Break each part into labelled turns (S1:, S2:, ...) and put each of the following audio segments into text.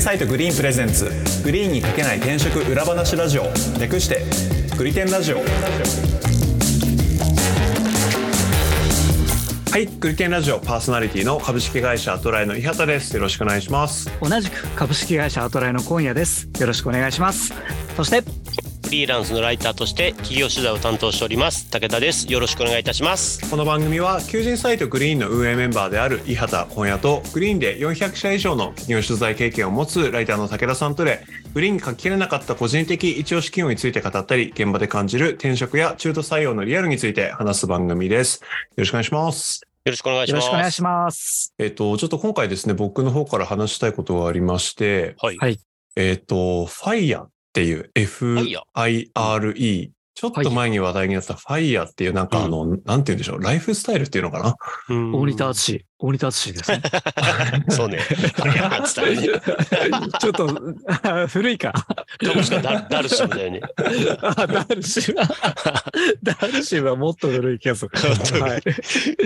S1: サイトグリーンプレゼンツグリーンにかけない転職裏話ラジオ略してグリテンラジオはいグリテンラジオパーソナリティの株式会社アトライの伊畑ですよろしくお願いします
S2: 同じく株式会社アトライの今夜ですよろしくお願いしますそして
S3: フリーランスのライターとして企業取材を担当しております武田ですよろしくお願いいたします
S1: この番組は求人サイトグリーンの運営メンバーである伊畑今夜とグリーンで400社以上の企業取材経験を持つライターの武田さんとでグリーンに書ききれなかった個人的一押し企業について語ったり現場で感じる転職や中途採用のリアルについて話す番組ですよろしくお願いします
S3: よろしくお願いし
S2: よろ
S3: ま
S2: し
S3: す
S2: くお願いします
S1: えっと、ちょっと今回ですね、僕の方から話したいことがありまして、
S3: はい、
S2: はい
S1: えっと、FIRE っていう F-I-R-E、ちょっと前に話題になった FIRE っていうなんかあの、なんて言うんでしょう、ライフスタイルっていうのかな
S3: うん
S2: 大仁田淳大仁田淳ですね
S3: そうねいやつったらね
S2: ちょっと あ古いか
S3: かもしくはダダルシム だよね
S2: あダルシムダルシムはもっと古い気がするはいすい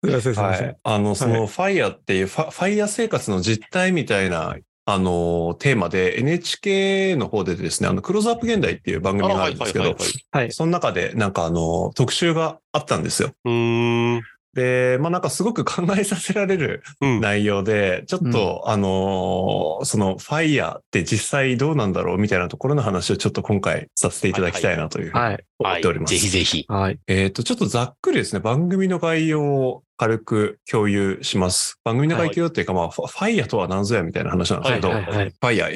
S2: ませんすいません、。
S1: あの、その FIRE っていう、ファファイヤー生活の実態みたいな、あの、テーマで NHK の方でですね、あの、クローズアップ現代っていう番組があるんですけ
S3: あは
S1: ど
S3: いはいはい、
S2: はい
S1: その中でなんかあの、特集があったんですよ。
S3: うーん
S1: で、まあなんかすごく考えさせられる
S3: うん
S1: 内容で、ちょっと、あのーその、ファイヤーって実際どうなんだろうみたいなところの話をちょっと今回させていただきたいなというふうに
S2: はい
S1: 思
S3: は
S1: っ
S3: い
S1: ております。
S3: ぜひぜひ
S2: はい
S1: えっ、と、ちょっとざっくりですね、番組の概要を軽く共有します。番組の概要っていうか、まあ、ファファイヤーとは何ぞやみたいな話なんです
S2: は
S1: けど、
S2: いはいはい
S1: ファイヤー、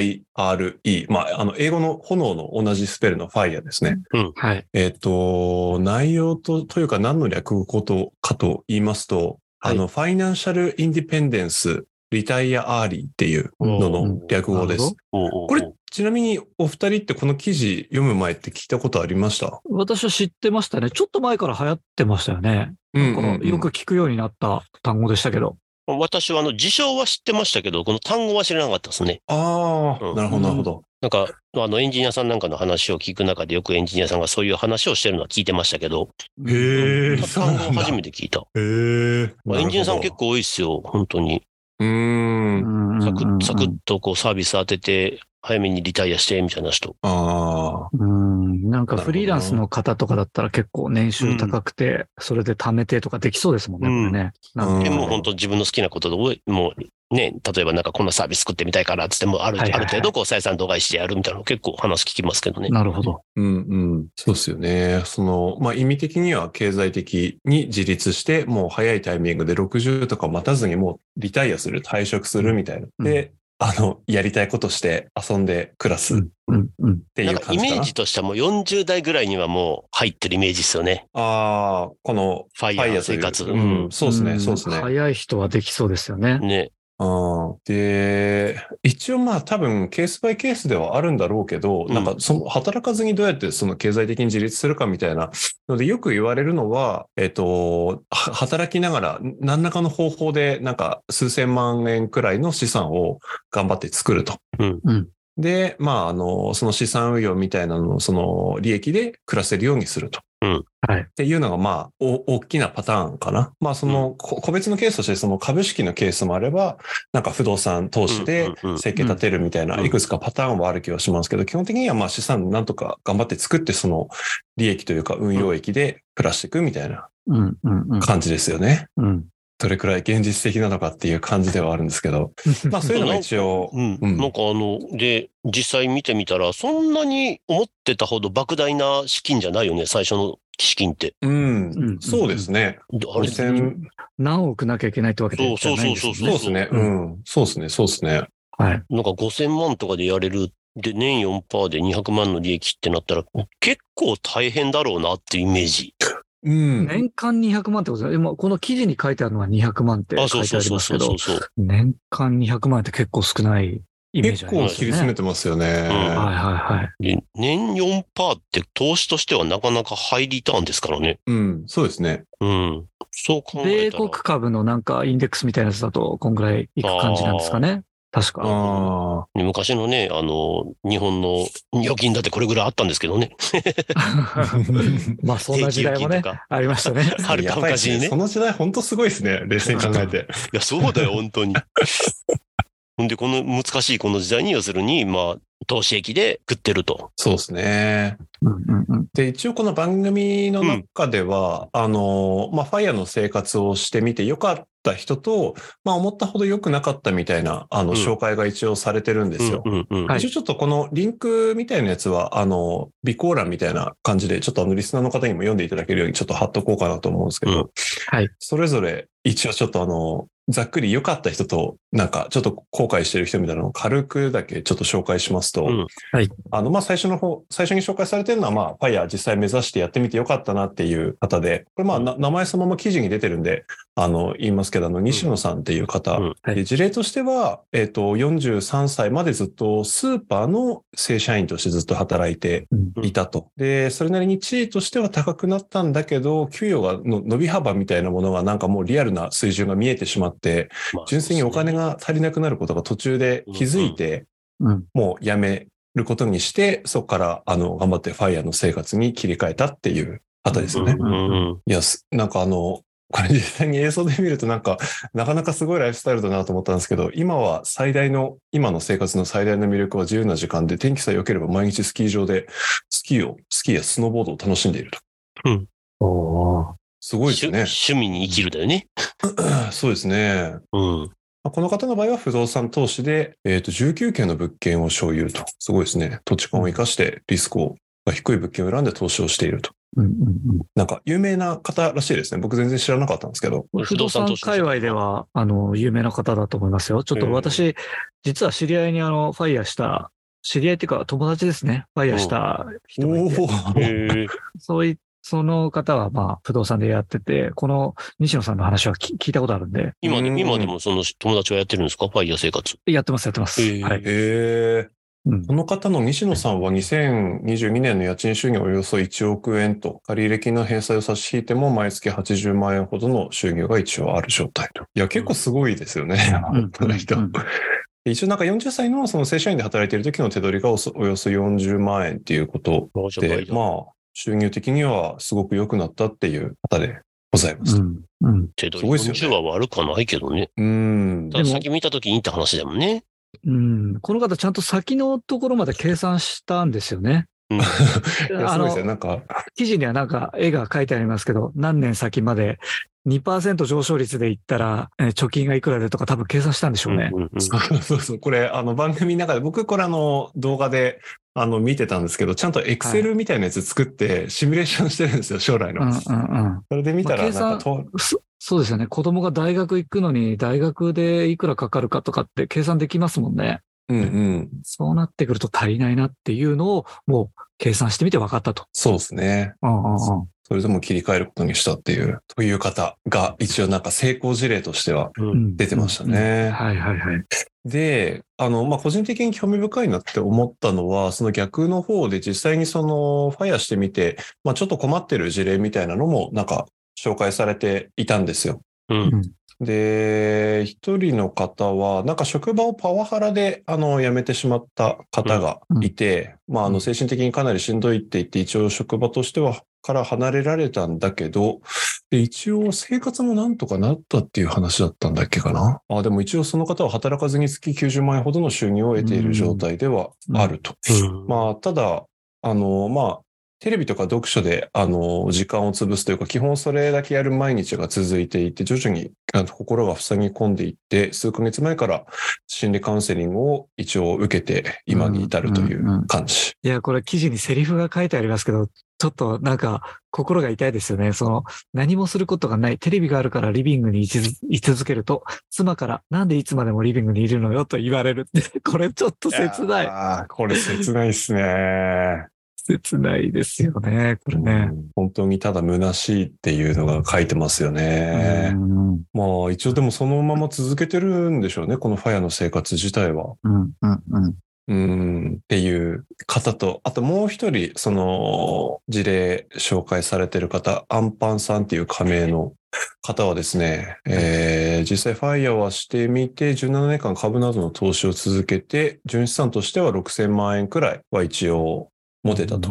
S1: F-I-R-E。まあ、あの、英語の炎の同じスペルのファイヤーですね。
S2: はい
S1: えっ、と、内容と、というか何の略語とかと言いますと、
S2: は
S1: あ
S2: い
S1: の、ファイナンシャルインディペンデンス、リタイアアーリーっていうのの略語で
S2: なる
S1: す
S2: ほ。
S3: こ
S1: これ、ちなみにお二人ってこの記事読む前って聞いたことありました
S2: 私は知ってましたねちょっと前から流行ってましたよね、
S1: うん
S2: このよく聞くようになった単語でしたけど
S3: 私はあの事象は知ってましたけどこの単語は知らなかったですね
S1: ああ、
S3: うん
S1: なるほど、なるほど。
S3: なんかあのエンジニアさんなんかの話を聞く中でよくエンジニアさんがそういう話をしてるのは聞いてましたけど
S1: へえそうな
S3: 単
S1: ん
S3: 語
S1: だ
S3: を初めて聞いた
S1: へえ。
S3: まあエンジニアさん結
S1: 構。
S3: 構多いですよ本当に
S1: うーん。
S2: サ
S3: サクッ、サクッとこうサービス当てて、早めにリタイアして、みたいな人。
S1: ああ。
S2: うん、なんか
S1: なるほどな
S2: フリーランスの方とかだったら結構年収高くて、それで貯めてとかできそうですもんね、
S3: うん
S2: これね。なんか
S1: うん
S3: でもう本当自分の好きなことで覚え、もうね、例えばなんかこんなサービス作ってみたいからっつっても、ある、
S2: はいはいはい
S3: ある程度こう採算度外してやるみたいなの結構話聞きますけどね。
S2: なるほど。
S1: うんうん。そうですよね。その、まあ、意味的には経済的に自立して、もう早いタイミングで60とか待たずにもうリタイアする、退職するみたいな。で、あの、やりたいことして遊んで暮らすっ
S2: うん、うん。
S1: てい
S3: なん
S1: う
S3: か
S1: 感
S3: イ
S1: じかな。
S3: メージとしてはもう40代ぐらいにはもう入ってるイメージですよね。
S1: ああ、この、
S3: ファイ
S1: ファイ
S3: ヤ
S1: ヤ
S3: ー
S1: ーとい
S3: 生
S1: う
S3: 活。
S1: うん、そうですね、
S2: ん
S1: そうですね。
S2: 早い人はできそうですよね。
S3: ね。
S1: うんで、一応まあ多分ケースバイケースではあるんだろうけど、
S3: うん
S1: なんかその働かずにどうやってその経済的に自立するかみたいなのでよく言われるのは、えっと、は働きながら何らかの方法でなんか数千万円くらいの資産を頑張って作ると。
S2: うん。
S1: で、まああの、その資産運用みたいなのをその利益で暮らせるようにすると。
S2: はい
S1: っ。ていうのが、まあ、お、大きなパターンかな。まあ、その、こ個別のケースとして、その株式のケースもあれば、なんか不動産投資で
S3: うんうんうん
S1: 生計立てるみたいな、
S3: うん
S1: いくつかパターンはある気はしますけど、基本的には、まあ、資産なんとか頑張って作って、その、利益というか運用益で暮らしていくみたいな
S2: うん、うん、うん。
S1: 感じですよね。
S2: うん。
S1: どれくらい現実的なのかっていう感じではあるんですけど、 まあ、そういうのが一応、
S3: うん。
S1: うん
S3: なんかあの、で、実際見てみたら、そんなに思ってたほど莫大な資金じゃないよね、最初の資金って。
S1: うん、
S2: ん
S1: そうですね。
S3: であれ、
S2: そ
S1: 5000
S2: 何億なきゃいけないってわけでじゃないんですよね
S3: そう
S1: そうですね。うん、そうですね、そうですね。
S2: はい。
S3: なんか5000万とかでやれる。で、年4%で200万の利益ってなったら、結構大変だろうなっていうイメージ。
S1: うん。
S2: 年間200万ってことですね。今、この記事に書いてあるのは200万って
S3: あ、
S2: 書
S3: そ
S2: い
S3: う
S2: て
S3: そ
S2: あ
S3: う
S2: り
S3: そ
S2: ま
S3: う
S2: すけ
S3: そうそ
S2: ど
S3: う、そう。
S2: 年間200万って結構少ないイメージ
S1: 結
S2: ありま
S1: 構
S2: すよね。
S1: 切り詰めてますよね。
S2: はい
S3: うん
S2: はいはい。
S3: で年4%って投資としてはなかなかハイリターンですからね。
S1: うん、そうですね。
S3: うん。そう考
S2: 米
S3: えたら
S2: 国。株のなんかインデックスみたいなやつだと、こんぐらいいく感じなんですかね。確か。
S1: あ
S3: ね昔のね、あの、日本の預金だってこれぐらいあったんですけどね。
S1: あ。
S2: まあ、そんな時代もね
S3: 定期預金と、か
S2: ありましたね。
S3: はる
S1: や
S3: か昔にね
S1: ばいですその時代本当すごいですね。冷静に考えて。
S3: いや、そうだよ、本当に。ほん で、この難しいこの時代に、要するに、まあ、投資益で食ってると。
S1: そうですね。
S2: うんうん
S1: で、一応この番組の中では、あの、まあ、ファイヤーの生活をしてみて良かった人と、まあ、思ったほど良くなかったみたいな、あの、
S3: うん
S1: 紹介が一応されてるんですよ。
S3: うんうんうん。
S2: はい
S1: 一応ちょっとこのリンクみたいなやつは、あの、備考欄みたいな感じで、ちょっとあの、リスナーの方にも読んでいただけるようにちょっと貼っとこうかなと思うんですけど、
S3: うん
S2: はい
S1: それぞれ一応ちょっとあの、ざっくり良かった人と、なんかちょっと後悔してる人みたいなのを軽くだけちょっと紹介しますと、
S3: うん
S2: はい
S1: あの、まあ、最初の方、最初に紹介されてるのは、まあ、ファイヤー実際目指してやってみて良かったなっていう方で、これまあ、な名前そのまま記事に出てるんで、あの、言いますけど、あの、西野さんっていう方、
S3: うん
S2: はい
S1: で事例としては、えっ、と、43歳までずっとスーパーの正社員としてずっと働いていたと。で、それなりに地位としては高くなったんだけど、給与がの伸び幅みたいなものがなんかもうリアルな水準が見えてしまって、
S3: まあ
S1: 純粋にお金。が足りなくなることが途中で気づいて、
S2: うん
S1: もう辞めることにして、そこから、あの、頑張ってファイヤーの生活に切り替えたっていう方です
S3: そう
S1: よ
S3: で
S1: ね
S3: す。ねうんうんうん。
S1: いや、すなんかあの、 これ実際に映像で見るとなんか、なかなかすごいライフスタイルだなと思ったんですけど、今は最大の、今の生活の最大の魅力は自由な時間で、天気さえ良ければ毎日スキー場で、スキーを、スキーやスノーボードを楽しんでいると。
S2: おー
S1: すごいですね。
S3: 趣趣味に生きるだよね。
S1: そうですね。
S3: うん。
S1: まあこの方の場合は不動産投資で、えっ、と、19件の物件を所有と。すごいですね。土地勘を生かしてリスクを、が低い物件を選んで投資をしていると。
S2: うんうん
S1: なんか、有名な方らしいですね。僕全然知らなかったんですけど。
S2: うん不動産界隈では、あの、有名な方だと思いますよ。ちょっと私、実は知り合いに、あの、ファイヤーした、知り合いっていうか、友達ですね。ファイヤーした人がいて、
S1: ー
S3: へえ
S2: そういその方は、まあ、不動産でやってて、この西野さんの話は聞聞いたことあるんで、
S3: 今で
S1: うん
S3: 今でもその友達はやってるんですかファイヤー生活。
S2: やってます、やってます。
S3: へー
S2: はい。
S1: へー
S2: うん
S1: この方の西野さんは2022年の家賃収入およそ1億円と、借入金の返済を差し引いても毎月80万円ほどの収入が一応ある状態と。いや、結構すごいですよね。
S2: うん
S1: この人
S2: うんうん
S1: 一応なんか40歳のその正社員で働いている時の手取りがおそおよそ40万円っていうこと
S3: あじゃあファ
S1: で
S3: イ、ヤー
S1: まあ、収入的にはすごく良くなったっていう方でございます。
S2: うんうん
S3: 程度
S1: すごいっすよね
S3: 40は悪くはないけどね。
S1: うん。
S3: ただ先見た時にって話だもんね。
S2: うん、この方、ちゃんと先のところまで計算したんですよね。
S3: うん
S1: いや
S2: あ
S1: すごいですよ。
S2: の
S1: なんか、
S2: 記事にはなんか絵が書いてありますけど、何年先まで2%上昇率でいったら、えー貯金がいくらでとか、多分計算したんでしょうね。
S3: うんうんうん
S1: そうそう、これ、あの、番組の中で、僕、これ、あの、動画で、あの、見てたんですけど、ちゃんとエクセルみたいなやつ作って、シミュレーションしてるんですよ、将来
S2: うん
S1: の。
S2: うんうん
S1: それで見た
S2: まあ
S1: ら、
S2: 計算
S1: なんかと、
S2: そそうですよね。子供が大学行くのに、大学でいくらかかるかとかって計算できますもんね。
S1: うんうん。
S2: そうなってくると足りないなっていうのを、もう計算してみて分かったと。
S1: そうですね。
S2: うんうんうん
S1: それでも切り替えることにしたっていう、という方が、一応なんか成功事例としては
S2: うん
S1: 出てました
S2: うん
S1: ね。
S2: はいはいはい。
S1: で、あの、まあ、個人的に興味深いなって思ったのは、その逆の方で実際にその、ファイアしてみて、まあ、ちょっと困ってる事例みたいなのも、なんか、紹介されていたんですよ。
S3: うん
S1: で、一人の方は、なんか職場をパワハラで、あの、辞めてしまった方がいて、まあ、あ
S2: う
S1: の、
S2: ん
S1: 精神的にかなりしんどいって言って、一応職場としては、から離れられたんだけど、で一応生活もなんとかなったっていう話だったんだっけかな。あ、でも一応その方は働かずに月90万円ほどの収入を得ている状態ではあると。まあ、ただ、あの、まあ、テレビとか読書で、あの、時間を潰すというか、基本それだけやる毎日が続いていて、徐々にあの心が塞ぎ込んでいって、数ヶ月前から心理カウンセリングを一応受けて、今に至るとい
S2: んうんう
S1: うんう感じ。
S2: いや、これ記事にセリフが書いてありますけど、ちょっとなんか心が痛いですよね。その何もすることがない。テレビがあるからリビングに居続居続けると、妻からなんでいつまでもリビングにいるのよと言われる って、これちょっと切ない。
S1: ああ、これ切ないですね。
S2: 切ないですよね。これね。
S1: うん本当にただ虚しいっていうのが書いてますよね。
S2: うん
S1: まあ一応でもそのまま続けてるんでしょうね、このファイアの生活自体は。
S2: うんうんうん
S1: うん、っていう方と、あともう一人、その事例紹介されてる方、アンパンさんっていう仮名の方はですね、えー実際ファイヤーはしてみて、17年間株などの投資を続けて、純資産としては6000万円くらいは一応持てたと。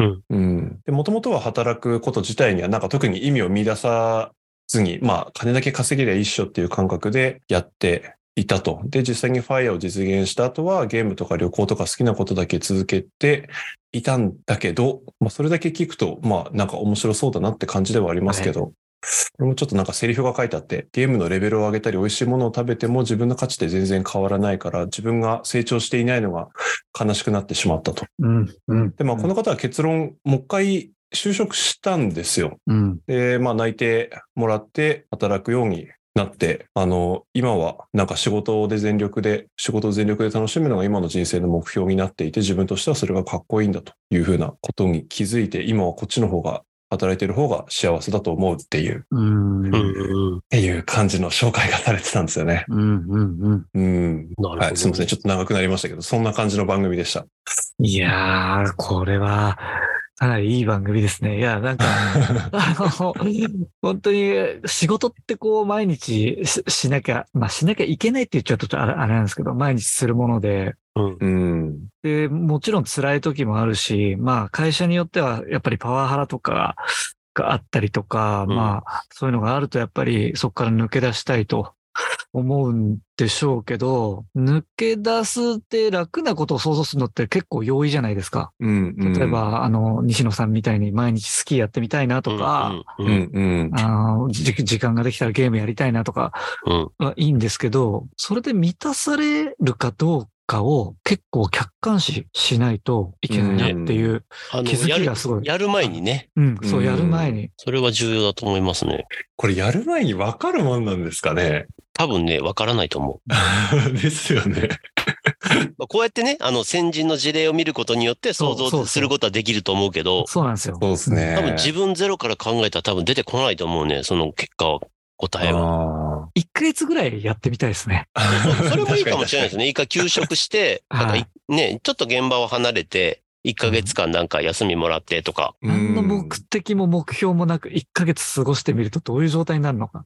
S2: うん
S1: うん。で、もともとは働くこと自体には、なんか特に意味を見出さずに、まあ、金だけ稼ぎりゃ一緒っていう感覚でやっていたと。で、実際にファイアを実現した後は、ゲームとか旅行とか好きなことだけ続けていたんだけど、まあ、それだけ聞くと、まあ、なんか面白そうだなって感じではありますけど、これもちょっとなんかセリフが書いてあって、ゲームのレベルを上げたり、美味しいものを食べても自分の価値って全然変わらないから、自分が成長していないのが悲しくなってしまったと。
S2: うん。うん。
S1: で、まあ、この方は結論、もう一回就職したんですよ。
S2: うん。
S1: で、まあ、内定もらって働くようになって、あの、今はなんか仕事で全力で、仕事を全力で楽しむのが今の人生の目標になっていて、自分としてはそれがかっこいいんだというふうなことに気づいて、今はこっちの方が、働いてる方が幸せだと思うっていう、っ
S2: うん。うん。
S3: うん。
S1: ていう感じの紹介がされてたんですよね。
S2: うん。うん。
S1: うん。
S3: なるほど。
S1: はい、すみません。ちょっと長くなりましたけど、そんな感じの番組でした。
S2: いやー、これは、かなりいい番組ですね。いや、なんか、あの、 本当に仕事ってこう毎日ししなきゃ、まあしなきゃいけないって言っちゃうとあれあれなんですけど、毎日するもので、
S3: うん。
S1: うん。
S2: で、もちろん辛い時もあるし、まあ会社によってはやっぱりパワハラとかがあったりとか、
S3: うん
S2: まあそういうのがあるとやっぱりそこから抜け出したいと思うんでしょうけど、抜け出すって楽なことを想像するのって結構容易じゃないですか。
S1: うん。うん
S2: 例え、ば、あの、西野さんみたいに毎日スキーやってみたいなとか、
S3: う。
S1: うん
S3: うん。
S1: ん。うん。
S2: あのじ時間ができたらゲームやりたいなとか
S3: うん。
S2: はいいんですけど、それで満たされるかどうかを結構客観視しないといけないなっていう、
S3: あ
S2: 気づ
S3: の、や
S2: き
S3: る
S2: が、すごい。
S3: やる前にね、
S2: うん、そうう、
S1: ん
S2: やる前に。
S3: それは重要だと思いますね。
S1: これやる前に分かるもんなんですかね
S3: 多分ね、わからないと思
S1: ですよね。
S3: う。まあこうやってね、あの、先人の事例を見ることによって
S2: そ
S3: 想
S2: うそうそ
S3: 像
S2: う
S3: することはできると思うけど、
S2: そうなんですよ。
S1: そうですね。
S3: 多分自分ゼロから考えたら多分出てこないと思うね、その結果は、答えは。
S1: は。
S2: 1ヶ月ぐらいやってみたいですね。
S3: それもいいかもしれないです ね。一回休職して、
S2: はい
S3: なんかいね、ちょっと現場を離れて、1ヶ月間なんか休みもらってとか、
S2: 何の目
S1: 僕
S2: 的も目標もなく1ヶ月過ごしてみるとどういう状態になるのか。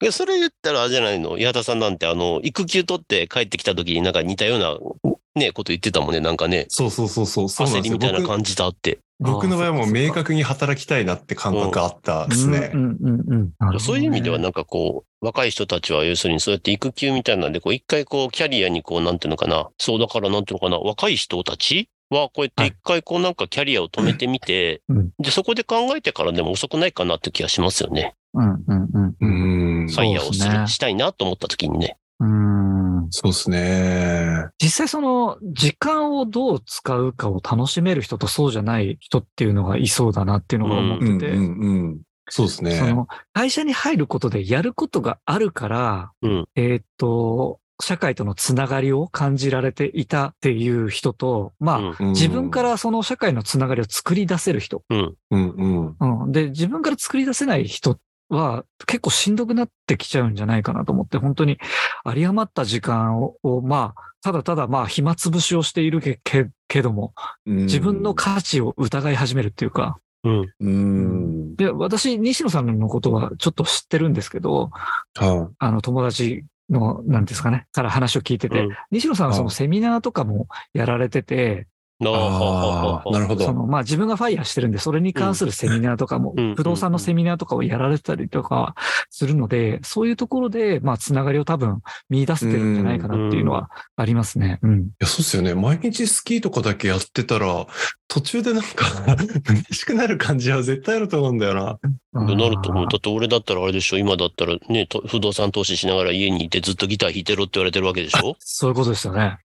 S3: いや、それ言ったらあれじゃないの矢田さんなんて、あの、育休取って帰ってきた時になんか似たような、ね、こと言ってたもんね、なんかね、
S1: そうそうそうそう。そうな
S3: 焦
S1: んで
S3: り
S1: すよ
S3: みたいな
S1: 僕
S3: 感じだって。
S1: 僕の場合はも
S2: あ
S1: う
S2: ーそっか
S1: 明
S2: そっか
S1: 確に働きたいなって感覚があったですね
S2: う。んうんうんうんなるほどね
S3: そういう意味ではなんかこう、若い人たちは要するにそうやって育休みたいなんで、こう、一回こう、キャリアにこう、なんていうのかな、そうだからなんていうのかな、若い人たちはこうやって一回こうなんかキャリアを止めてみて、
S2: うん
S3: で、そこで考えてからでも遅くないかなって気がしますよね。
S2: うんうんうん
S1: う
S2: うん
S1: ん。
S3: フ
S2: そ
S3: ァ
S2: う
S3: イ
S2: で
S3: ヤーを
S2: すね
S3: する、したいなと思った時にね。
S2: うん。
S1: そうですね。
S2: 実際その時間をどう使うかを楽しめる人とそうじゃない人っていうのがいそうだなっていうのが思っ
S1: うんう
S2: て
S1: ん
S2: て、
S1: うん。そうです
S2: そ
S1: ね。
S2: の会社に入ることでやることがあるから、
S3: うん
S2: えーっと、社会とのつながりを感じられていたっていう人と、まあ、
S3: うん
S1: うん
S2: 自分か。らその社会のつながりを作り出せる人、
S1: うんうん。
S2: うん。で、自分から作り出せない人は結構しんどくなってきちゃうんじゃないかなと思って、本当に有り余った時間を、をまあ、ただただまあ暇つぶしをしているけけけども、自
S1: 自
S2: 分の。価値を疑い始めるっていうか、
S3: うん。
S1: うん。
S2: で、私、西野さんのことはちょっと知ってるんですけど、
S1: は
S2: あの、友達の、なんですかね、から話を聞いてて、
S3: うん
S2: 西野さんはそ
S1: は
S2: の
S1: い
S2: セミナーとかもやられてて、
S1: い。ああ、なるほ
S2: そ
S1: ど。
S2: の、まあ自分がファイヤーしてるんで、それに関するセミナーとかも、
S3: うん
S2: 不動産のセミナーとかをやられてたりとかするので、そういうところで、まあつながりを多分見出せてるんじゃないかなっていうのはありますね。うん。
S1: いや、そうっすよね。毎日スキーとかだけやってたら、途中でなんか、 嬉しくなる感じは絶対あると思うんだよ な。
S3: なると思う。だって俺だったらあれでしょ今だったらね、と不動産投資しながら家にいてずっとギター弾いてろって言われてるわけでしょ
S2: そういうことですよね。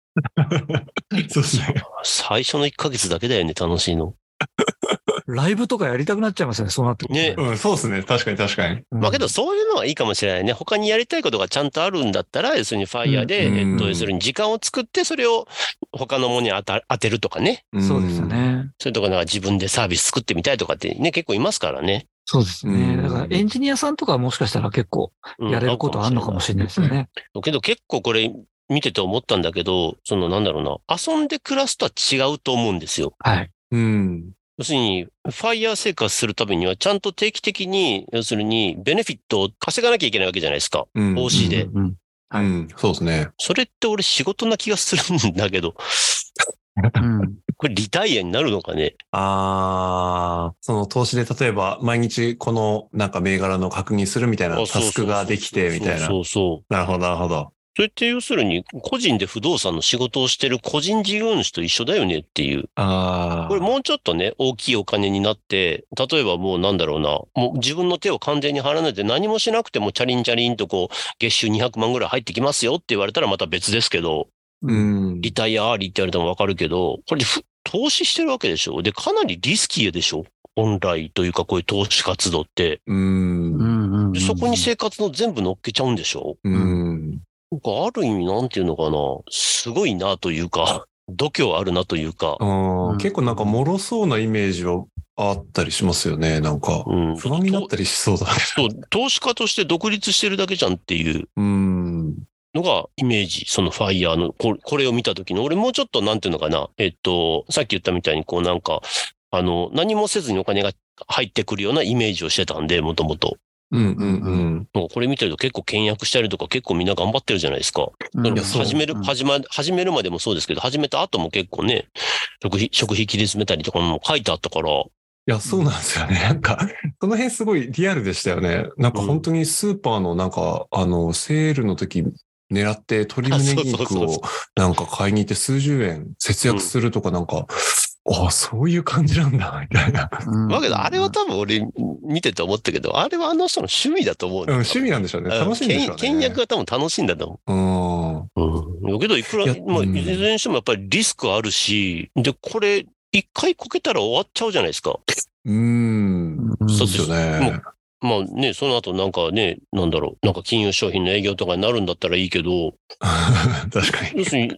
S1: そうですね。
S3: 最初の1ヶ月だけだよね、楽しいの。
S2: ライブとかやりたくなっちゃいますよね、そうなってくると
S3: ね
S1: うん、そうですね。確かに確かに。
S2: うん
S3: まあけどそういうのはいいかもしれないね。他にやりたいことがちゃんとあるんだったら、要するにファイヤーで、
S1: うん
S3: えっと、要するに時間を作ってそれを他のものに当た当てるとかね。
S2: そうですよね。
S3: そういうとこなんか自分でサービス作ってみたいとかってね、結構いますからね。
S2: そうですね。
S1: うん
S2: だからエンジニアさんとかはもしかしたら結構
S3: うん
S2: やれることあるのかもしれないですよね。
S3: けど結構これ見てて思ったんだけど、そのなんだろうな、遊んで暮らすとは違うと思うんですよ。
S2: はい。
S1: うん。うん。
S3: 要するに、ファイヤー生活するためには、ちゃんと定期的に、要するに、ベネフィットを稼がなきゃいけないわけじゃないですか。
S1: うん。
S3: 投資で
S2: うんうんう
S1: う
S2: ん
S1: ん、そうですね。
S3: それって俺仕事な気がするんだけど、
S2: うん。
S3: これリタイアになるのかね
S1: ああ、その投資で例えば毎日このなんか銘柄の確認するみたいな
S3: あそ
S1: タ
S3: うそう
S1: スクができてみたいな
S3: そ。うそう。
S1: なるほど、なるほど。
S3: それって要するに、個人で不動産の仕事をしてる個人事業主と一緒だよねっていう。
S1: ああ。
S3: これもうちょっとね、大きいお金になって、例えばもうなんだろうな、もう自分の手を完全に払わないで何もしなくてもチャリンチャリンとこう、月収200万ぐらい入ってきますよって言われたらまた別ですけど、
S1: うん。
S3: リタイアアーリーって言われてもわかるけど、これふ投資してるわけでしょで、かなりリスキーでしょ本来というかこういう投資活動って。
S1: うん
S2: う。んうんうん
S3: でそこに生活の全部乗っけちゃうんでしょ
S1: うん。
S3: なんかある意味なんていうのかな、すごいなというか、 度胸あるなというか、
S1: あ
S2: う
S1: あ
S2: ん
S1: 結構なんか脆そうなイメージはあったりしますよね。なんか、
S3: うん。
S1: 不安になったりしそうだね。
S3: そう投資家として独立してるだけじゃんっていう
S1: うん。
S3: のがイメージ、そのファイヤーの、ここれを見た時の、俺もうちょっとなんていうのかな、えっと、さっき言ったみたいにこうなんか、あの、何もせずにお金が入ってくるようなイメージをしてたんで、もともと。
S1: うんうん
S3: なんかこれ見てると結構倹約したりとか結構みんな頑張ってるじゃないですか。
S1: いやそう
S3: 始める、始ま、始めるまでもそうですけど、始めた後も結構ね、食費、食費切り詰めたりとかも書いてあったから、
S1: いや、そうなんですよね。なんか、その辺すごいリアルでしたよね。なんか本当にスーパーのなんか、あの、セールの時、狙って鶏胸
S3: あそう
S1: 肉
S3: そうそう
S1: をなんか買いに行って数十円節約するとかなんか、ああ、そういう感じなんだ、みたいな。
S3: だけど、あれは
S2: た
S3: 多分俺見てて思ったけど、あれはあの人の趣味だと思う
S1: うん、趣味なんでしょうね。楽しいんでしょうね。
S3: 倹約が多分楽しいんだと思
S1: うん。
S3: う。うん。だけど、いくら、
S1: いや
S3: まあ、
S1: う
S3: い
S1: ん
S3: ずれにしてもやっぱりリスクあるし、で、これ、一回こけたら終わっちゃうじゃないですか。
S1: うん。そうですよ
S3: も
S1: ね
S3: う。まあね、その後なんかね、なんだろう、なんか金融商品の営業とかになるんだったらいいけど、
S1: 確かに。
S3: 要するに、例え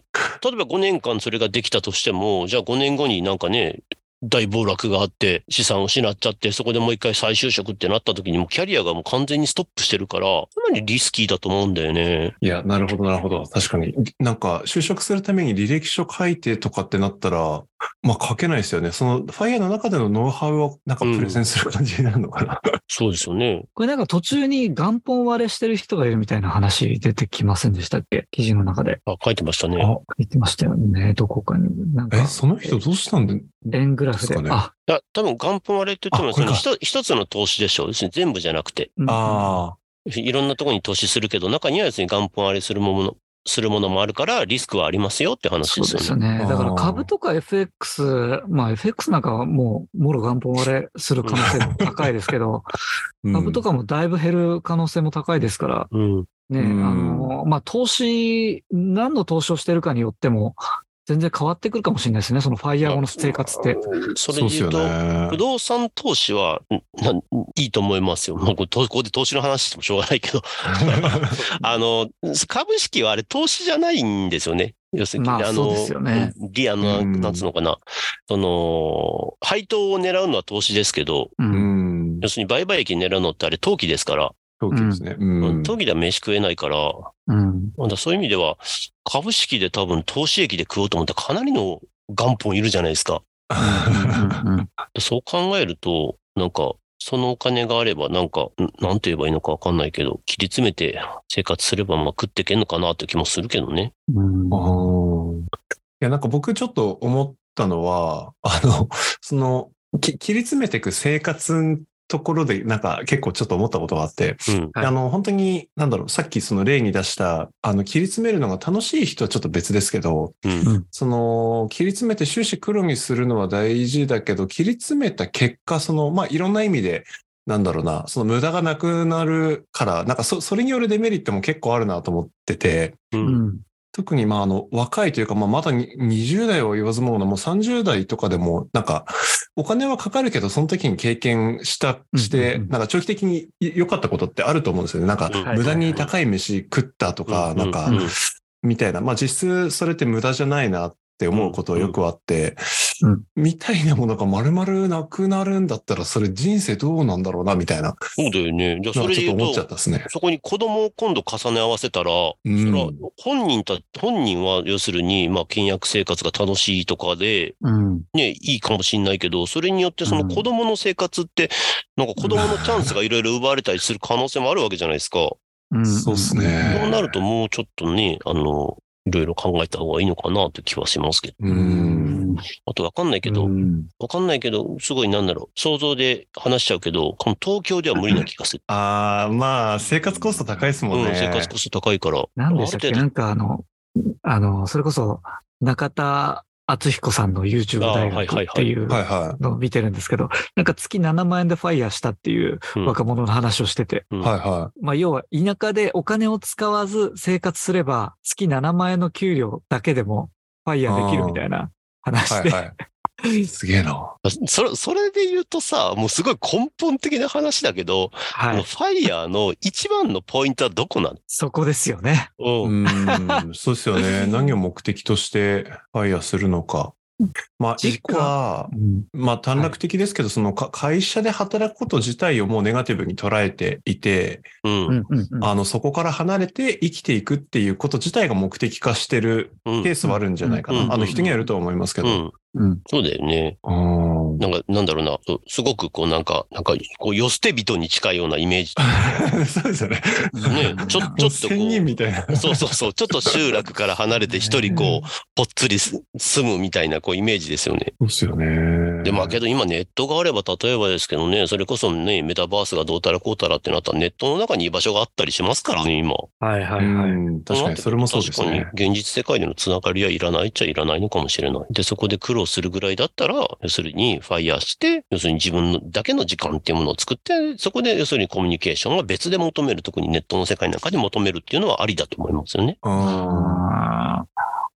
S3: ば5年間それができたとしても、じゃあ5年後になんかね、大暴落があって、資産を失っちゃって、そこでもう一回再就職ってなった時にもうキャリアがもう完全にストップしてるから、かなりリスキーだと思うんだよね。
S1: いや、なるほど、なるほど。確かに。なんか、就職するために履歴書書いてとかってなったら、まあ書けないですよね。その、ファイヤーの中でのノウハウをなんかプレゼンする感じになるのかな。
S3: そうですよね。
S2: これなんか途中に元本割れしてる人がいるみたいな話出てきませんでしたっけ記事の中で。
S3: あ、書いてましたね。
S1: あ
S2: 言ってましたよね。どこかに。なん
S1: え、
S2: か、
S1: その人どうしたんで
S2: 円グラフで
S1: です。かね
S2: あ、
S3: だ多分元本割れって言っても
S1: あこれ
S3: その
S1: か
S3: 一一つの投資でしょ。要するに全部じゃなくて。
S2: うん
S1: あ
S3: いろんなところに投資するけど、中には別に元本割れするもの、するものもあるから、リスクはありますよって話
S2: そ
S3: で
S2: う
S3: すよ
S2: で
S3: ね。
S2: すよね。だから株とか FX、まあ FX なんかはもう、もろ元本割れする可能性も高いです けど、
S1: あ。
S2: 株と
S1: か。
S2: かもだいぶ減る可能性も高いですから、
S3: うん。
S2: ね、あ
S1: うん
S2: の、まあ投資、何の投資をしてるかによっても、全然変わってくるかもしれないですね。そのファイヤー後の生活って。
S1: そ
S3: それ
S1: う
S3: で
S1: です
S3: 言
S1: よ
S3: うと、
S1: ね
S3: 不。動産投資は、んなんいいと思いますよ。もうこれとここで投資の話してもしょうがないけど、あの、株式はあれ投資じゃないんですよね。要するに、
S2: まあ
S3: の、
S2: そうですよね
S3: リアの、
S1: うん
S3: なんつうのかな、その、配当を狙うのは投資ですけど、
S2: う。
S1: うんん。
S3: 要するに売買益狙うのってあれ投機ですから、
S1: 狂気ですね。うん。
S3: 投機では飯食えないから、
S2: うん。
S3: まだそういう意味では、株式で多分投資益で食おうと思ったらかなりの元本いるじゃないですか。
S2: うん
S3: そう考えると、なんか、そのお金があれば、なんか、んなんて言えばいいのかわかんないけど、切り詰めて生活すれば、まあ食っていけんのかなって気もするけどね。
S2: うん
S1: あーいや、なんか僕ちょっと思ったのは、あの、その、き切り詰めていく生活のところで、なんか結構ちょっと思ったことがあって、
S3: うん。
S2: はい
S1: あの、本当に、なんだろう、さっきその例に出した、あの、切り詰めるのが楽しい人はちょっと別ですけど、
S3: うん。
S1: その、切り詰めて終始黒にするのは大事だけど、切り詰めた結果、その、まあ、いろんな意味で、なんだろうな、その無駄がなくなるから、なんかそ、それによるデメリットも結構あるなと思ってて、
S3: う。
S2: うんん。
S1: 特にまああの若いというか、まあ、まだに20代を言わずもがなもう30代とかでもなんかお金はかかるけどその時に経験したして
S2: うんうんうん
S1: なんか長期的に良かったことってあると思うんですよねなんか
S3: うん
S1: 無駄に高い飯食ったとかなんか
S3: うん
S1: みたいなまあ実質それって無駄じゃないなって思うことはよくあって
S2: うん
S1: みたいなものが丸々なくなるんだったらそれ人生どうなんだろうなみたいな
S3: そうだよね。じゃあ、
S1: の
S3: そ
S1: は
S3: れ
S1: ち
S3: で
S1: ょっと
S3: 言
S1: 思っ
S3: う
S1: ちゃっ
S3: と、
S1: たですね。
S3: そこに子供を今度重ね合わせたら、
S1: う
S3: それは
S1: ん
S3: 本人た、本人は要するに、まあ、倹約生活が楽しいとかで、
S2: うん。
S3: ね、いいかもしんないけど、それによってその子供の生活って、なんか子供のチャンスがいろいろ奪われたりする可能性もあるわけじゃないですか。
S2: うん
S1: そうっすね
S3: そうなるともうちょっとね、あの、いろいろ考えた方がいいのかなという気はしますけど。
S1: うーん。
S3: あとわかんないけど、わかんないけど、すごいなんだろう。想像で話しちゃうけど、この東京では無理な気がする。
S1: ああ、まあ、生活コスト高いですも
S3: うんん、
S1: ね。
S3: 生活コスト高いから。
S2: 何でしたっけ
S3: ある程度
S2: なんかあの、あの、それこそ中田敦彦さんの YouTube 大学っていう
S1: はいは
S2: のを見てるんですけど、なんか月7万円でファイヤーしたっていう
S3: うん
S2: 若者の話をしてて、
S3: う
S1: い。
S3: ん
S1: はいは
S2: まあ要は田舎でお金を使わず生活すれば月7万円の給料だけでもファイヤーできるみたいな話
S1: い。
S2: で、
S1: はいはい。 すげえな。
S3: それ、それで言うとさ、もうすごい根本的な話だけど、
S2: は
S3: この
S2: い。
S3: ファイヤーの一番のポイントはどこな
S2: そこですよね。
S1: う
S3: のうん。
S1: ーん。そうですよね。何を目的としてファイヤーするのか。まあ、一個は、まあ、短絡的ですけど、そのか会社で働くこと自体をもうネガティブに捉えていて、
S3: うん。
S2: うんうんうん
S1: あの、そこから離れて生きていくっていうこと自体が目的化してる
S3: うん
S1: ケースはあるんじゃないかな。
S3: うん
S1: あの、人にはよるとは思いますけ
S3: う
S1: ど。
S3: ん。
S2: うん
S3: そうだよね。
S1: うん。
S3: なんか、なんだろうな。そうすごくこうなんか、なんか、こう、寄捨て人に近いようなイメージ。
S1: そうですよね。
S3: ね、ちょ、ちょっとこ
S1: もう仙人みたいな。
S3: う。そうそうそう。ちょっと集落から離れて一人こう、ぽっつりす住むみたいなこうイメージですよね。
S1: そうですよね。
S3: で、まあけど今ネットがあれば、例えばですけどね、それこそね、メタバースがどうたらこうたらってなったらネットの中に居場所があったりしますからね、今。
S2: はいは
S1: うん確かに、それもそうですね。
S3: 確かに、現実世界でのつながりはいらないっちゃいらないのかもしれない。で、そこで苦労するぐらいだったら、要するにファイヤーして、要するに自分のだけの時間っていうものを作って、そこで要するにコミュニケーションは別で求める、特にネットの世界なんかで求めるっていうのはありだと思いますよね。
S1: あ
S2: あ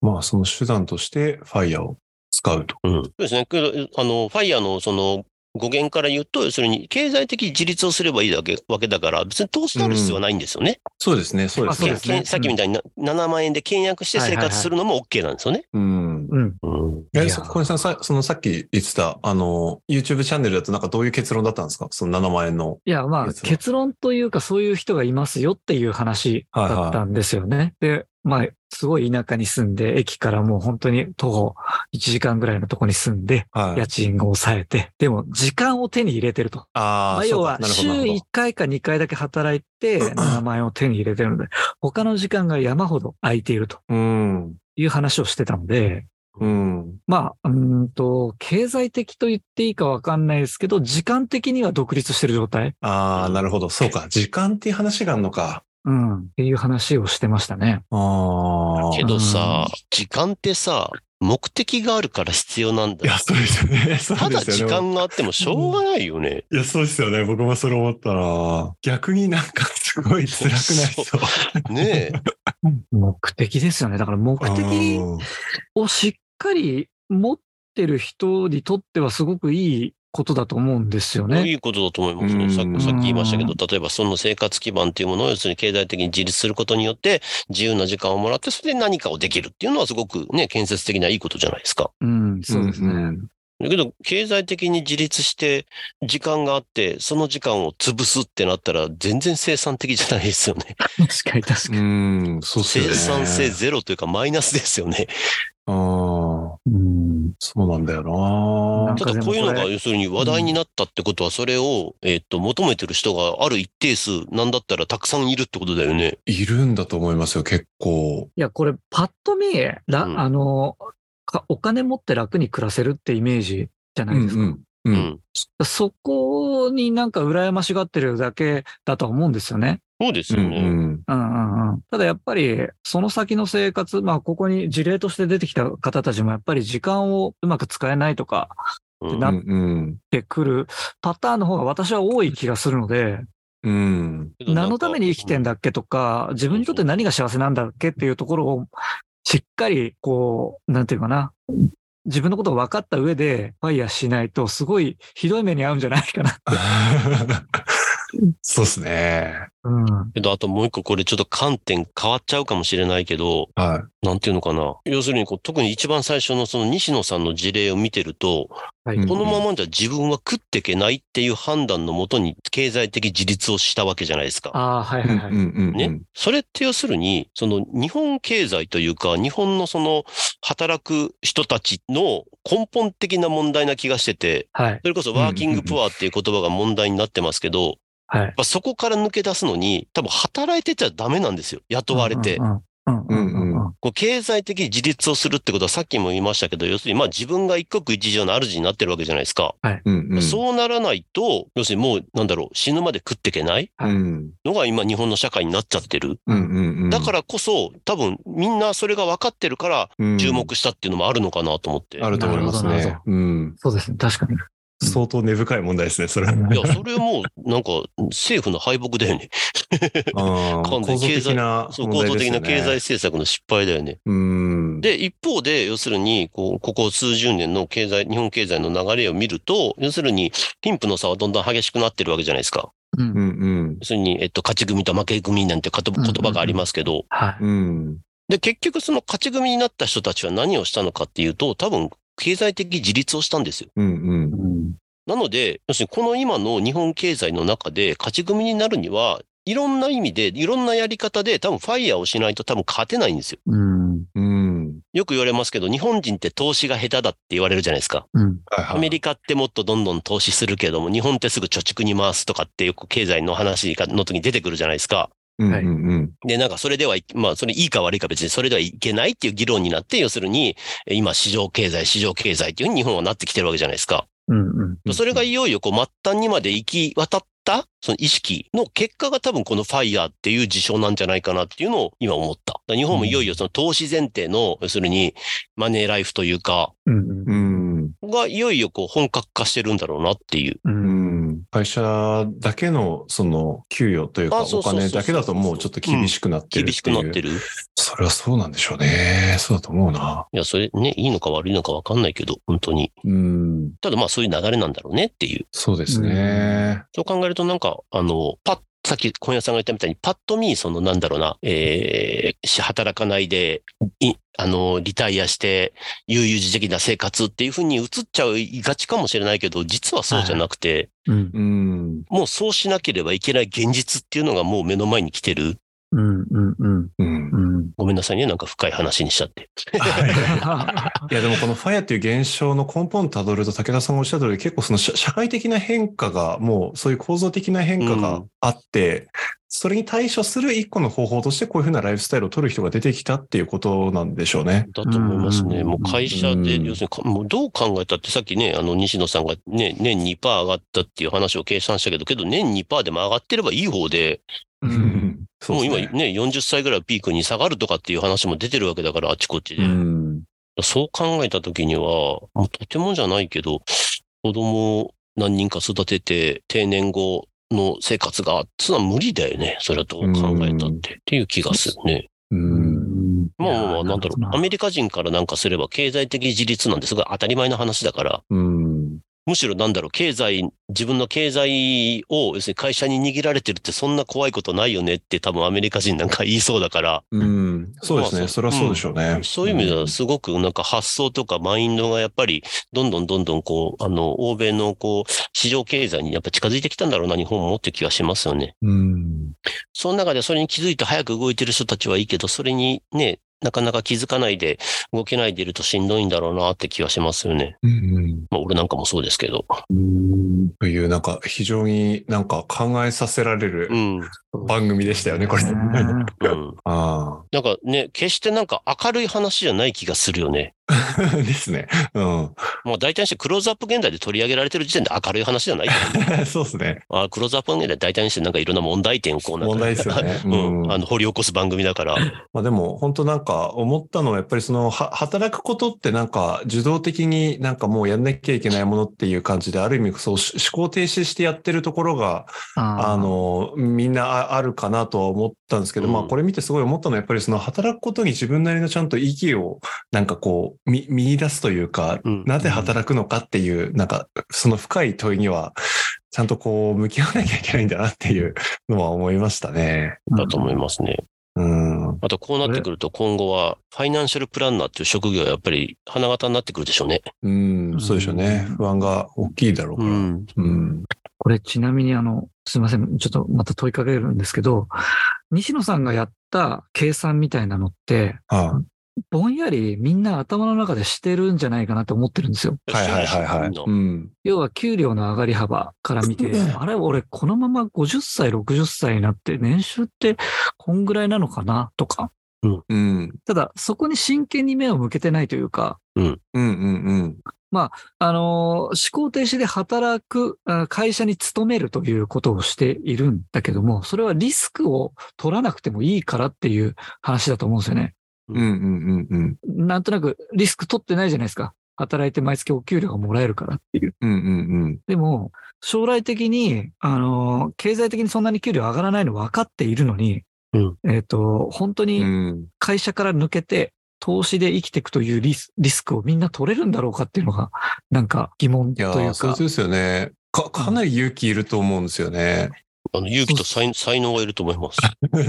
S1: ーまあ、その手段として、ファイヤーを使うと。
S3: うん。そうですね。けどあの、ファイヤーのその、語源から言うと、要するに経済的自立をすればいいだけわけだから、別に投資である必要はないんですよね。
S1: そうですね、そうで
S2: あ
S1: すね。
S2: ですね
S3: けんさっきみたいにな7万円で契約して生活するのも OK なんですよね。
S1: うん
S2: ー。うん。
S3: うん
S2: い
S1: え、
S2: や
S1: そ小西さんさ、そのさっき言ってた、あの、YouTube チャンネルだとなんかどういう結論だったんですかその7万円の。
S2: いや、まあ、
S1: 結論
S2: 結論というか、そういう人がいますよっていう話だったんですよね。で、まあ、すごい田舎に住んで、駅からもう本当に徒歩1時間ぐらいのとこに住んで、
S1: はい
S2: 家。賃を抑えて、でも時間を手に入れてると。
S1: あ
S2: ま
S1: あ、
S2: あ、
S1: そう
S2: 要
S1: か
S2: は、
S1: なるほ
S2: 週
S1: どなるほ
S2: 1
S1: ど。
S2: 回か2回だけ働いて、7万円 を手に入れてるので、他の時間が山ほど空いていると
S1: うん。
S2: いう話をしてたので、
S1: うん。
S2: まあ、うーんと、経済的と言っていいかわかんないですけど、時間的には独立してる状態。
S1: ああ、なるほど。そうか。時間っていう話があるのか。
S2: うん。っていう話をしてましたね。
S1: ああ。
S3: けどさ、時間ってさ、目的があるから必要なん
S1: い
S3: だよ
S1: や、。そうですよね。 そう
S3: た
S1: で
S3: だ
S1: す
S3: 時
S1: よね。
S3: 間があってもしょうがないよ ね。
S1: いや、そうですよね。僕もそれ思ったな。逆になんかすごい辛くなりそう。
S3: ね
S2: 目的ですよね。だから目的
S1: うん
S2: をしっかり持ってる人にとってはすごくいいことだと思うんですよ
S3: え。
S2: ね。
S3: いいことだと思います
S1: う
S3: よ。
S1: ん
S3: さっきさっき言いましたけ
S2: う
S3: ど、例えばその生活基盤っていうものを要するに経済的に自立することによって自由な時間をもらって、それで何かをできるっていうのはすごくね、建設的ないいことじゃないですか。
S2: うん、そうですね。
S1: ん
S3: だけど、経済的に自立して、時間があって、その時間を潰すってなったら、全然生産的じゃないですよね。
S2: 確かに確か
S1: う
S2: に。
S1: ん、うんそうっすよ
S3: 生
S1: ね。
S3: 産性ゼロというか、マイナスですよね。
S1: ああ、
S2: うん、
S1: そうなんだよ
S2: な
S1: なん
S2: か
S3: ただ、こういうの
S2: でも
S3: が、
S2: これ
S3: 要するに話題になったってことは、それを、えっと、求めてる人がある一定数、なんだったらたくさんいるってことだよね。
S1: いるんだと思いますよ、結構。
S2: いや、これ、パッと見、ら
S3: うん
S2: あのか、お金持って楽に暮らせるってイメージじゃ
S1: う
S2: ない
S1: ん
S2: ですか。
S1: う。
S3: うんん。
S2: そこになんか羨ましがってるだけだとは思うんですよね。
S3: そうです
S1: うん。う
S3: よね。
S1: ん。
S2: うんうんうん。ただやっぱり、その先の生活、まあ、ここに事例として出てきた方たちも、やっぱり時間をうまく使えないとか
S3: うん
S1: う
S2: なっ
S1: ん。
S2: てくるパターンの方が私は多い気がするので、
S1: うん。
S2: 何のために生きてんだっけとか、自分にとって何が幸せなんだっけっていうところを、しっかり、こう、なんていうかな、自分のことを分かった上で、ファイヤーしないと、すごいひどい目に遭うんじゃないかな。
S1: そうっすね。
S2: うん。
S3: けど、あともう一個これちょっと観点変わっちゃうかもしれないけど、
S1: は
S3: なんていうのかな。要するにこう、特に一番最初のその西野さんの事例を見てると、
S2: はい。
S1: うん
S3: このままじゃ自分は食っていけないっていう判断のもとに経済的自立をしたわけじゃないですか。
S2: ああ、はい
S1: い。
S2: はいはい。
S1: うんうんうん
S3: ね。それって要するに、その日本経済というか、日本のその働く人たちの根本的な問題な気がしてて、
S2: はい。
S3: それこそワーキングプアっていう言葉が問題になってますけど、
S2: は
S3: や
S2: い
S3: っ。ぱそこから抜け出すのに、多分働いてちゃダメなんですよ。雇われて
S2: う。んうんうんうんうん。
S3: こう経済的自立をするってことはさっきも言いましたけど、要するにまあ自分が一国一城の主になってるわけじゃないですか。
S1: うんうん。
S3: そうならないと、要するにもうなんだろう、死ぬまで食っていけない
S1: うん。
S3: のが今日本の社会になっちゃってる。
S1: うんうんうん。
S3: だからこそ、多分みんなそれが分かってるから
S1: ら
S3: 注目したっていうのもあるのかなと思って。
S1: あると思います
S2: なるほどなる
S1: ね
S2: ほ。
S1: うん。
S2: そうですね、確かに。
S1: 相当根深い問題ですね、それは。
S3: いや、それもうなんか政府の敗北だよね。
S1: あー
S3: 完全
S1: 構
S3: に
S1: 造
S3: 経済
S1: 的な
S3: そう
S1: 問
S3: 構
S1: 題
S3: 造
S1: です
S3: 的
S1: よね。
S3: な経済政策の失敗だよね。
S1: うん。
S3: で、一方で、要するに、こう、ここ数十年の経済、日本経済の流れを見ると、要するに、貧富の差はどんどん激しくなってるわけじゃないですか。
S2: う。
S1: うんん
S3: 要するに、えっと、勝ち組と負け組なんてかと
S2: うんうん
S3: 言
S2: うん
S3: 葉がありますけど、
S2: は
S1: うん。うん。
S3: で、結局その勝ち組になった人たちは何をしたのかっていうと、多分、経済的自立をしたんですよ。
S1: うんう
S2: い。
S1: ん。
S3: なので、要するに、この今の日本経済の中で、勝ち組になるには、いろんな意味で、いろんなやり方で、多分、ファイヤーをしないと多分勝てないんですよ。
S2: うん。
S1: うん。
S3: よく言われますけど、日本人って投資が下手だって言われるじゃないですか。
S2: うん。
S1: はいはい
S3: アメリカってもっとどんどん投資するけれども、日本ってすぐ貯蓄に回すとかってよく経済の話がの時に出てくるじゃないですか。
S1: うん
S2: はい
S1: うんうん。
S3: で、なんかそれではい、まあそれいいか悪いか別にそれではいけないっていう議論になって、要するにえ今市場経済、市場経済っていうふうに日本はなってきてるわけじゃないですか。
S2: うん。
S1: うん
S3: それがいよいよこう末端にまで行き渡った、その意識の結果が多分このファイヤーっていう事象なんじゃないかなっていうのを今思った。だから日本もいよいよその投資前提の、要するにマネーライフというか、
S2: うん
S1: う。ん。
S3: がいよいよこう本格化してるんだろうなっていう。
S1: う
S2: う。
S1: んん。会社だけの、その、給与というか、
S3: あそ
S1: お
S3: うそうそう
S1: 金だけだともうちょっと厳しくなってる
S3: 厳しくなって
S1: いう。
S3: る。
S1: それはそうなんでしょうね。そうだと思うな。
S3: いや、それね、いいのか悪いのか分かんないけど、本当に。
S1: うん。
S3: ただまあそういう流れなんだろうねっていう。
S1: そうですね。
S3: そう考えるとなんか、あの、パッ、さっき小屋さんが言ったみたいに、パッと見、そのなんだろうな、えー、し働かないで、い、あの、リタイアして、悠々自適な生活っていうふうに映っちゃいがちかもしれないけど、実はそうじゃなくて、
S2: うん。
S1: うん。
S3: もうそうしなければいけない現実っていうのがもう目の前に来てる。
S2: うん。うん。うん。
S1: うん
S2: う。ん。
S3: ごめんなさいね、なんか深い話にしちゃって。
S1: いやでもこのファイアっていう現象の根本をたどると武田さんがおっしゃった通り結構その社社会的な変化がもうそういう構造的な変化があって、それに対処する一個の方法としてこういうふうなライフスタイルを取る人が出てきたっていうことなんでしょうね。
S3: だと思います
S2: うんうん
S3: ね。
S2: うん
S3: もう会社で、
S1: うん
S3: 要するにか、もうどう考えたって、さっきね、あの、西野さんがね、年2%上がったっていう話を計算したけど、けど年2%でも上がってればいい方で、
S2: うん。
S1: そ
S3: もう
S1: です
S3: 今
S1: ね
S3: ね、40歳ぐらいをピークに下がるとかっていう話も出てるわけだから、あちこちで
S1: う。ん
S3: そう考えた時には、もうとてもじゃないけど、子供を何人か育てて、定年後の生活が、つは無理だよね。それはどう考えたって、っていう気がするね。
S1: うん
S3: まあまあまあ、
S2: いやー
S3: なん
S2: なる
S3: だろ
S2: ほ
S3: う。
S2: ど
S3: アメリカ人からなんかすれば経済的自立なんてすごい当たり前の話だから、
S1: うん
S3: むしろなんだろう、経済、自分の経済を、要するに会社に握られてるってそんな怖いことないよねって多分アメリカ人なんか言いそうだから、
S1: うんそうです
S3: ま
S1: ね
S3: あ
S1: それはそうでしょうね。
S3: そういう意味ではすごくなんか発想とかマインドがやっぱりどんどんどんどんこう、あの、欧米のこう、市場経済にやっぱ近づいてきたんだろうな、日本もって気がしますよね。
S1: うん
S3: その中でそれに気づいて早く動いてる人たちはいいけど、それにね、なかなか気づかないで動けないでいるとしんどいんだろうなって気がしますよね。
S1: うん
S3: まあ俺なんかもそうですけど。
S1: というなんか非常になんか考えさせられ
S3: う
S1: る
S3: ん。うん。
S1: 番組でしたよねこれ。ああ
S3: なんかね、決してなんか明るい話じゃない気がするよね。
S1: ーですね。うん
S3: もう大体にしてクローズアップ現代で取り上げられてる時点で明るい話じゃない。
S1: そうですね。
S3: あクローズアップ現代で大体にしてなんかいろんな問題点をこうなんか
S1: 問題ですよね。
S3: うん。あの、掘り起こす番組だから。
S1: まあでも本当なんか思ったのはやっぱりそのは働くことってなんか受動的になんかもうやんなきゃいけないものっていう感じである意味そうし思考停止してやってるところがあ、のみんなああるかなとは思ったんですけど、
S3: うん
S1: まあこれ見てすごい思ったのはやっぱりその働くことに自分なりのちゃんと意義をなんかこう見見出すというか、
S3: うん
S1: なぜ働くのかっていうなんかその深い問いにはちゃんとこう向き合わなきゃいけないんだなっていうのは思いましたね。
S3: だと思いますね。
S1: うん
S3: あとこうなってくると今後はファイナンシャルプランナーっていう職業はやっぱり花形になってくるでしょうね。
S1: うん、そうでしょうね。不安が大きいだろうから。うん。
S3: ん。
S2: これちなみにあの、すいません。ちょっとまた問いかけるんですけど、西野さんがやった計算みたいなのって、
S1: あ
S2: ぼんやりみんな頭の中でしてるんじゃないかなって思ってるんですよ。
S1: あはいはいはいはい。
S3: の
S1: うん。
S2: 要は給料の上がり幅から見て、あれ、俺このまま50歳、60歳になって年収ってこんぐらいなのかなとか、
S1: うん。
S2: ただ、そこに真剣に目を向けてないというか、
S1: うんうんうん。
S2: あのー思考停止で働く、あ会社に勤めるということをしているんだけども、それはリスクを取らなくてもいいからっていう話だと思うんですよね。
S1: うんうんうんうん。
S2: なんとなくリスク取ってないじゃないですか。働いて毎月お給料がもらえるからっていう。
S1: うんうんうん。
S2: でも、将来的に、あのー経済的にそんなに給料上がらないの分かっているのに、
S3: うん
S2: えっ、と、本当に
S1: うん
S2: 会社から抜けて、投資で生きていくというリスリスクをみんな取れるんだろうかっていうのが、なんか疑問
S1: い
S2: とい
S1: や
S2: う
S1: ー
S2: か。
S1: そうですよね。か、かなり勇気いると思うんですよね。
S3: あの、勇気と才才能がいると思 います。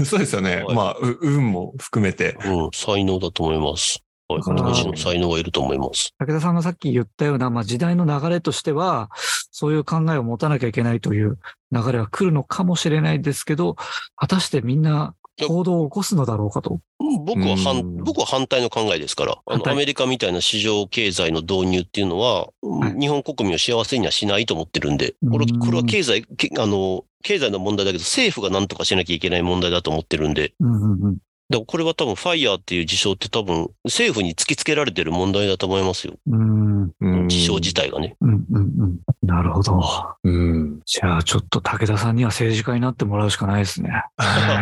S1: そうですよね。
S3: はい
S1: まあ、う運も含めて。
S3: うん、才能だと思います。はい、
S2: うん
S3: 当時の才能がいると思います。
S2: 武田さんがさっき言ったような、まあ、時代の流れとしては、そういう考えを持たなきゃいけないという流れは来るのかもしれないですけど、果たしてみんな行動を起こすのだろうかと。
S3: 僕は
S1: う
S3: 反
S1: ん、
S3: 僕は反対の考えですから、あ
S2: 反
S3: の、
S2: 対
S3: アメリカみたいな市場経済の導入っていうのは、
S2: はい
S3: 日本国民を幸せにはしないと思ってるんで、これ
S2: うん、
S3: これは経済、けあの、経済の問題だけど、政府が何とかしなきゃいけない問題だと思ってるんで、
S2: うんうんうん
S3: だからこれは多分、ファイヤーっていう事象って多分、政府に突きつけられてる問題だと思いますよ。
S2: うん
S1: うん
S3: 事象自体がね。
S2: うんうんうんなるほど。
S1: うん。
S2: じゃあちょっと武田さんには政治家になってもらうしかないですね。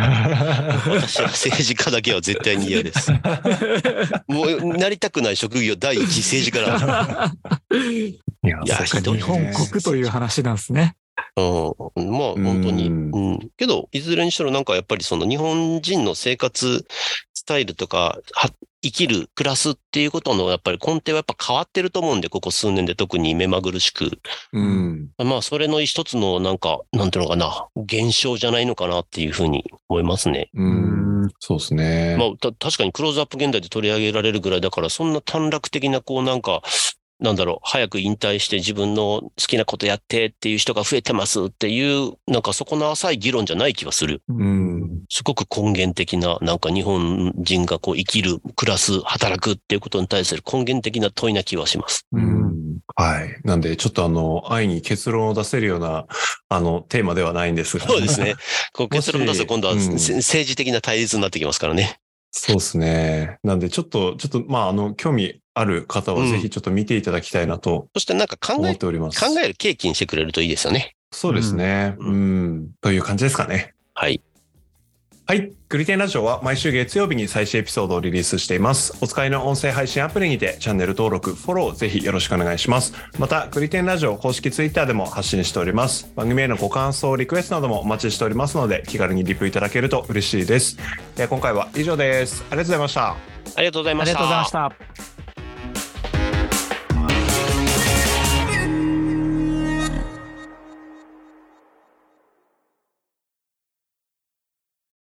S3: 私は政治家だけは絶対に嫌です。もう、なりたくない職業第一政治家だ。
S1: いや
S3: いや
S1: そうか
S3: ひどい
S2: 日本国という話なんですね。
S3: うん、まあ本当に。
S1: う
S3: うんん、けど、いずれにしろなんかやっぱりその日本人の生活スタイルとか、は生きる、暮らすっていうことのやっぱり根底はやっぱ変わってると思うんで、ここ数年で特に目まぐるしく。
S1: うん。
S3: まあそれの一つのなんか、なんていうのかな、現象じゃないのかなっていうふうに思いますね。
S1: うん。
S2: うん
S1: そうですね。
S3: まあた確かにクローズアップ現代で取り上げられるぐらいだから、そんな短絡的なこうなんか、なんだろう、早く引退して自分の好きなことやってっていう人が増えてますっていう、なんかそこの浅い議論じゃない気がする。
S1: うん。
S3: すごく根源的な、なんか日本人がこう生きる、暮らす、働くっていうことに対する根源的な問いな気はします。
S1: う
S2: うん
S1: ん。はい。なんで、ちょっとあの、愛に結論を出せるような、あの、テーマではないんですが。
S3: そうですね。。 こう
S1: もし
S3: 結論出すと今度は、
S1: うん
S3: せ政治的な対立になってきますからね。
S1: そうですね。なんで、ちょっと、ちょっと、まあ、あの、興味ある方は、
S3: うん
S1: ぜひちょっと見ていただきたいなと
S3: そしてなんか考
S1: 思っ
S3: え、
S1: ております。
S3: 考える契機にしてくれるといいですよね。
S1: そうですね。
S3: うん
S1: うん。という感じですかね。
S3: はい。
S1: はい。グリテンラジオは毎週月曜日に最新エピソードをリリースしています。お使いの音声配信アプリにてチャンネル登録、フォローぜひよろしくお願いします。また、グリテンラジオ公式ツイッターでも発信しております。番組へのご感想、リクエストなどもお待ちしておりますので、気軽にリプいただけると嬉しいです。えー今回は以上です。ありがとうございました。
S3: ありがとうござい
S2: あ
S3: ま
S2: り
S3: し
S2: がとうござい
S3: た
S2: まし。た。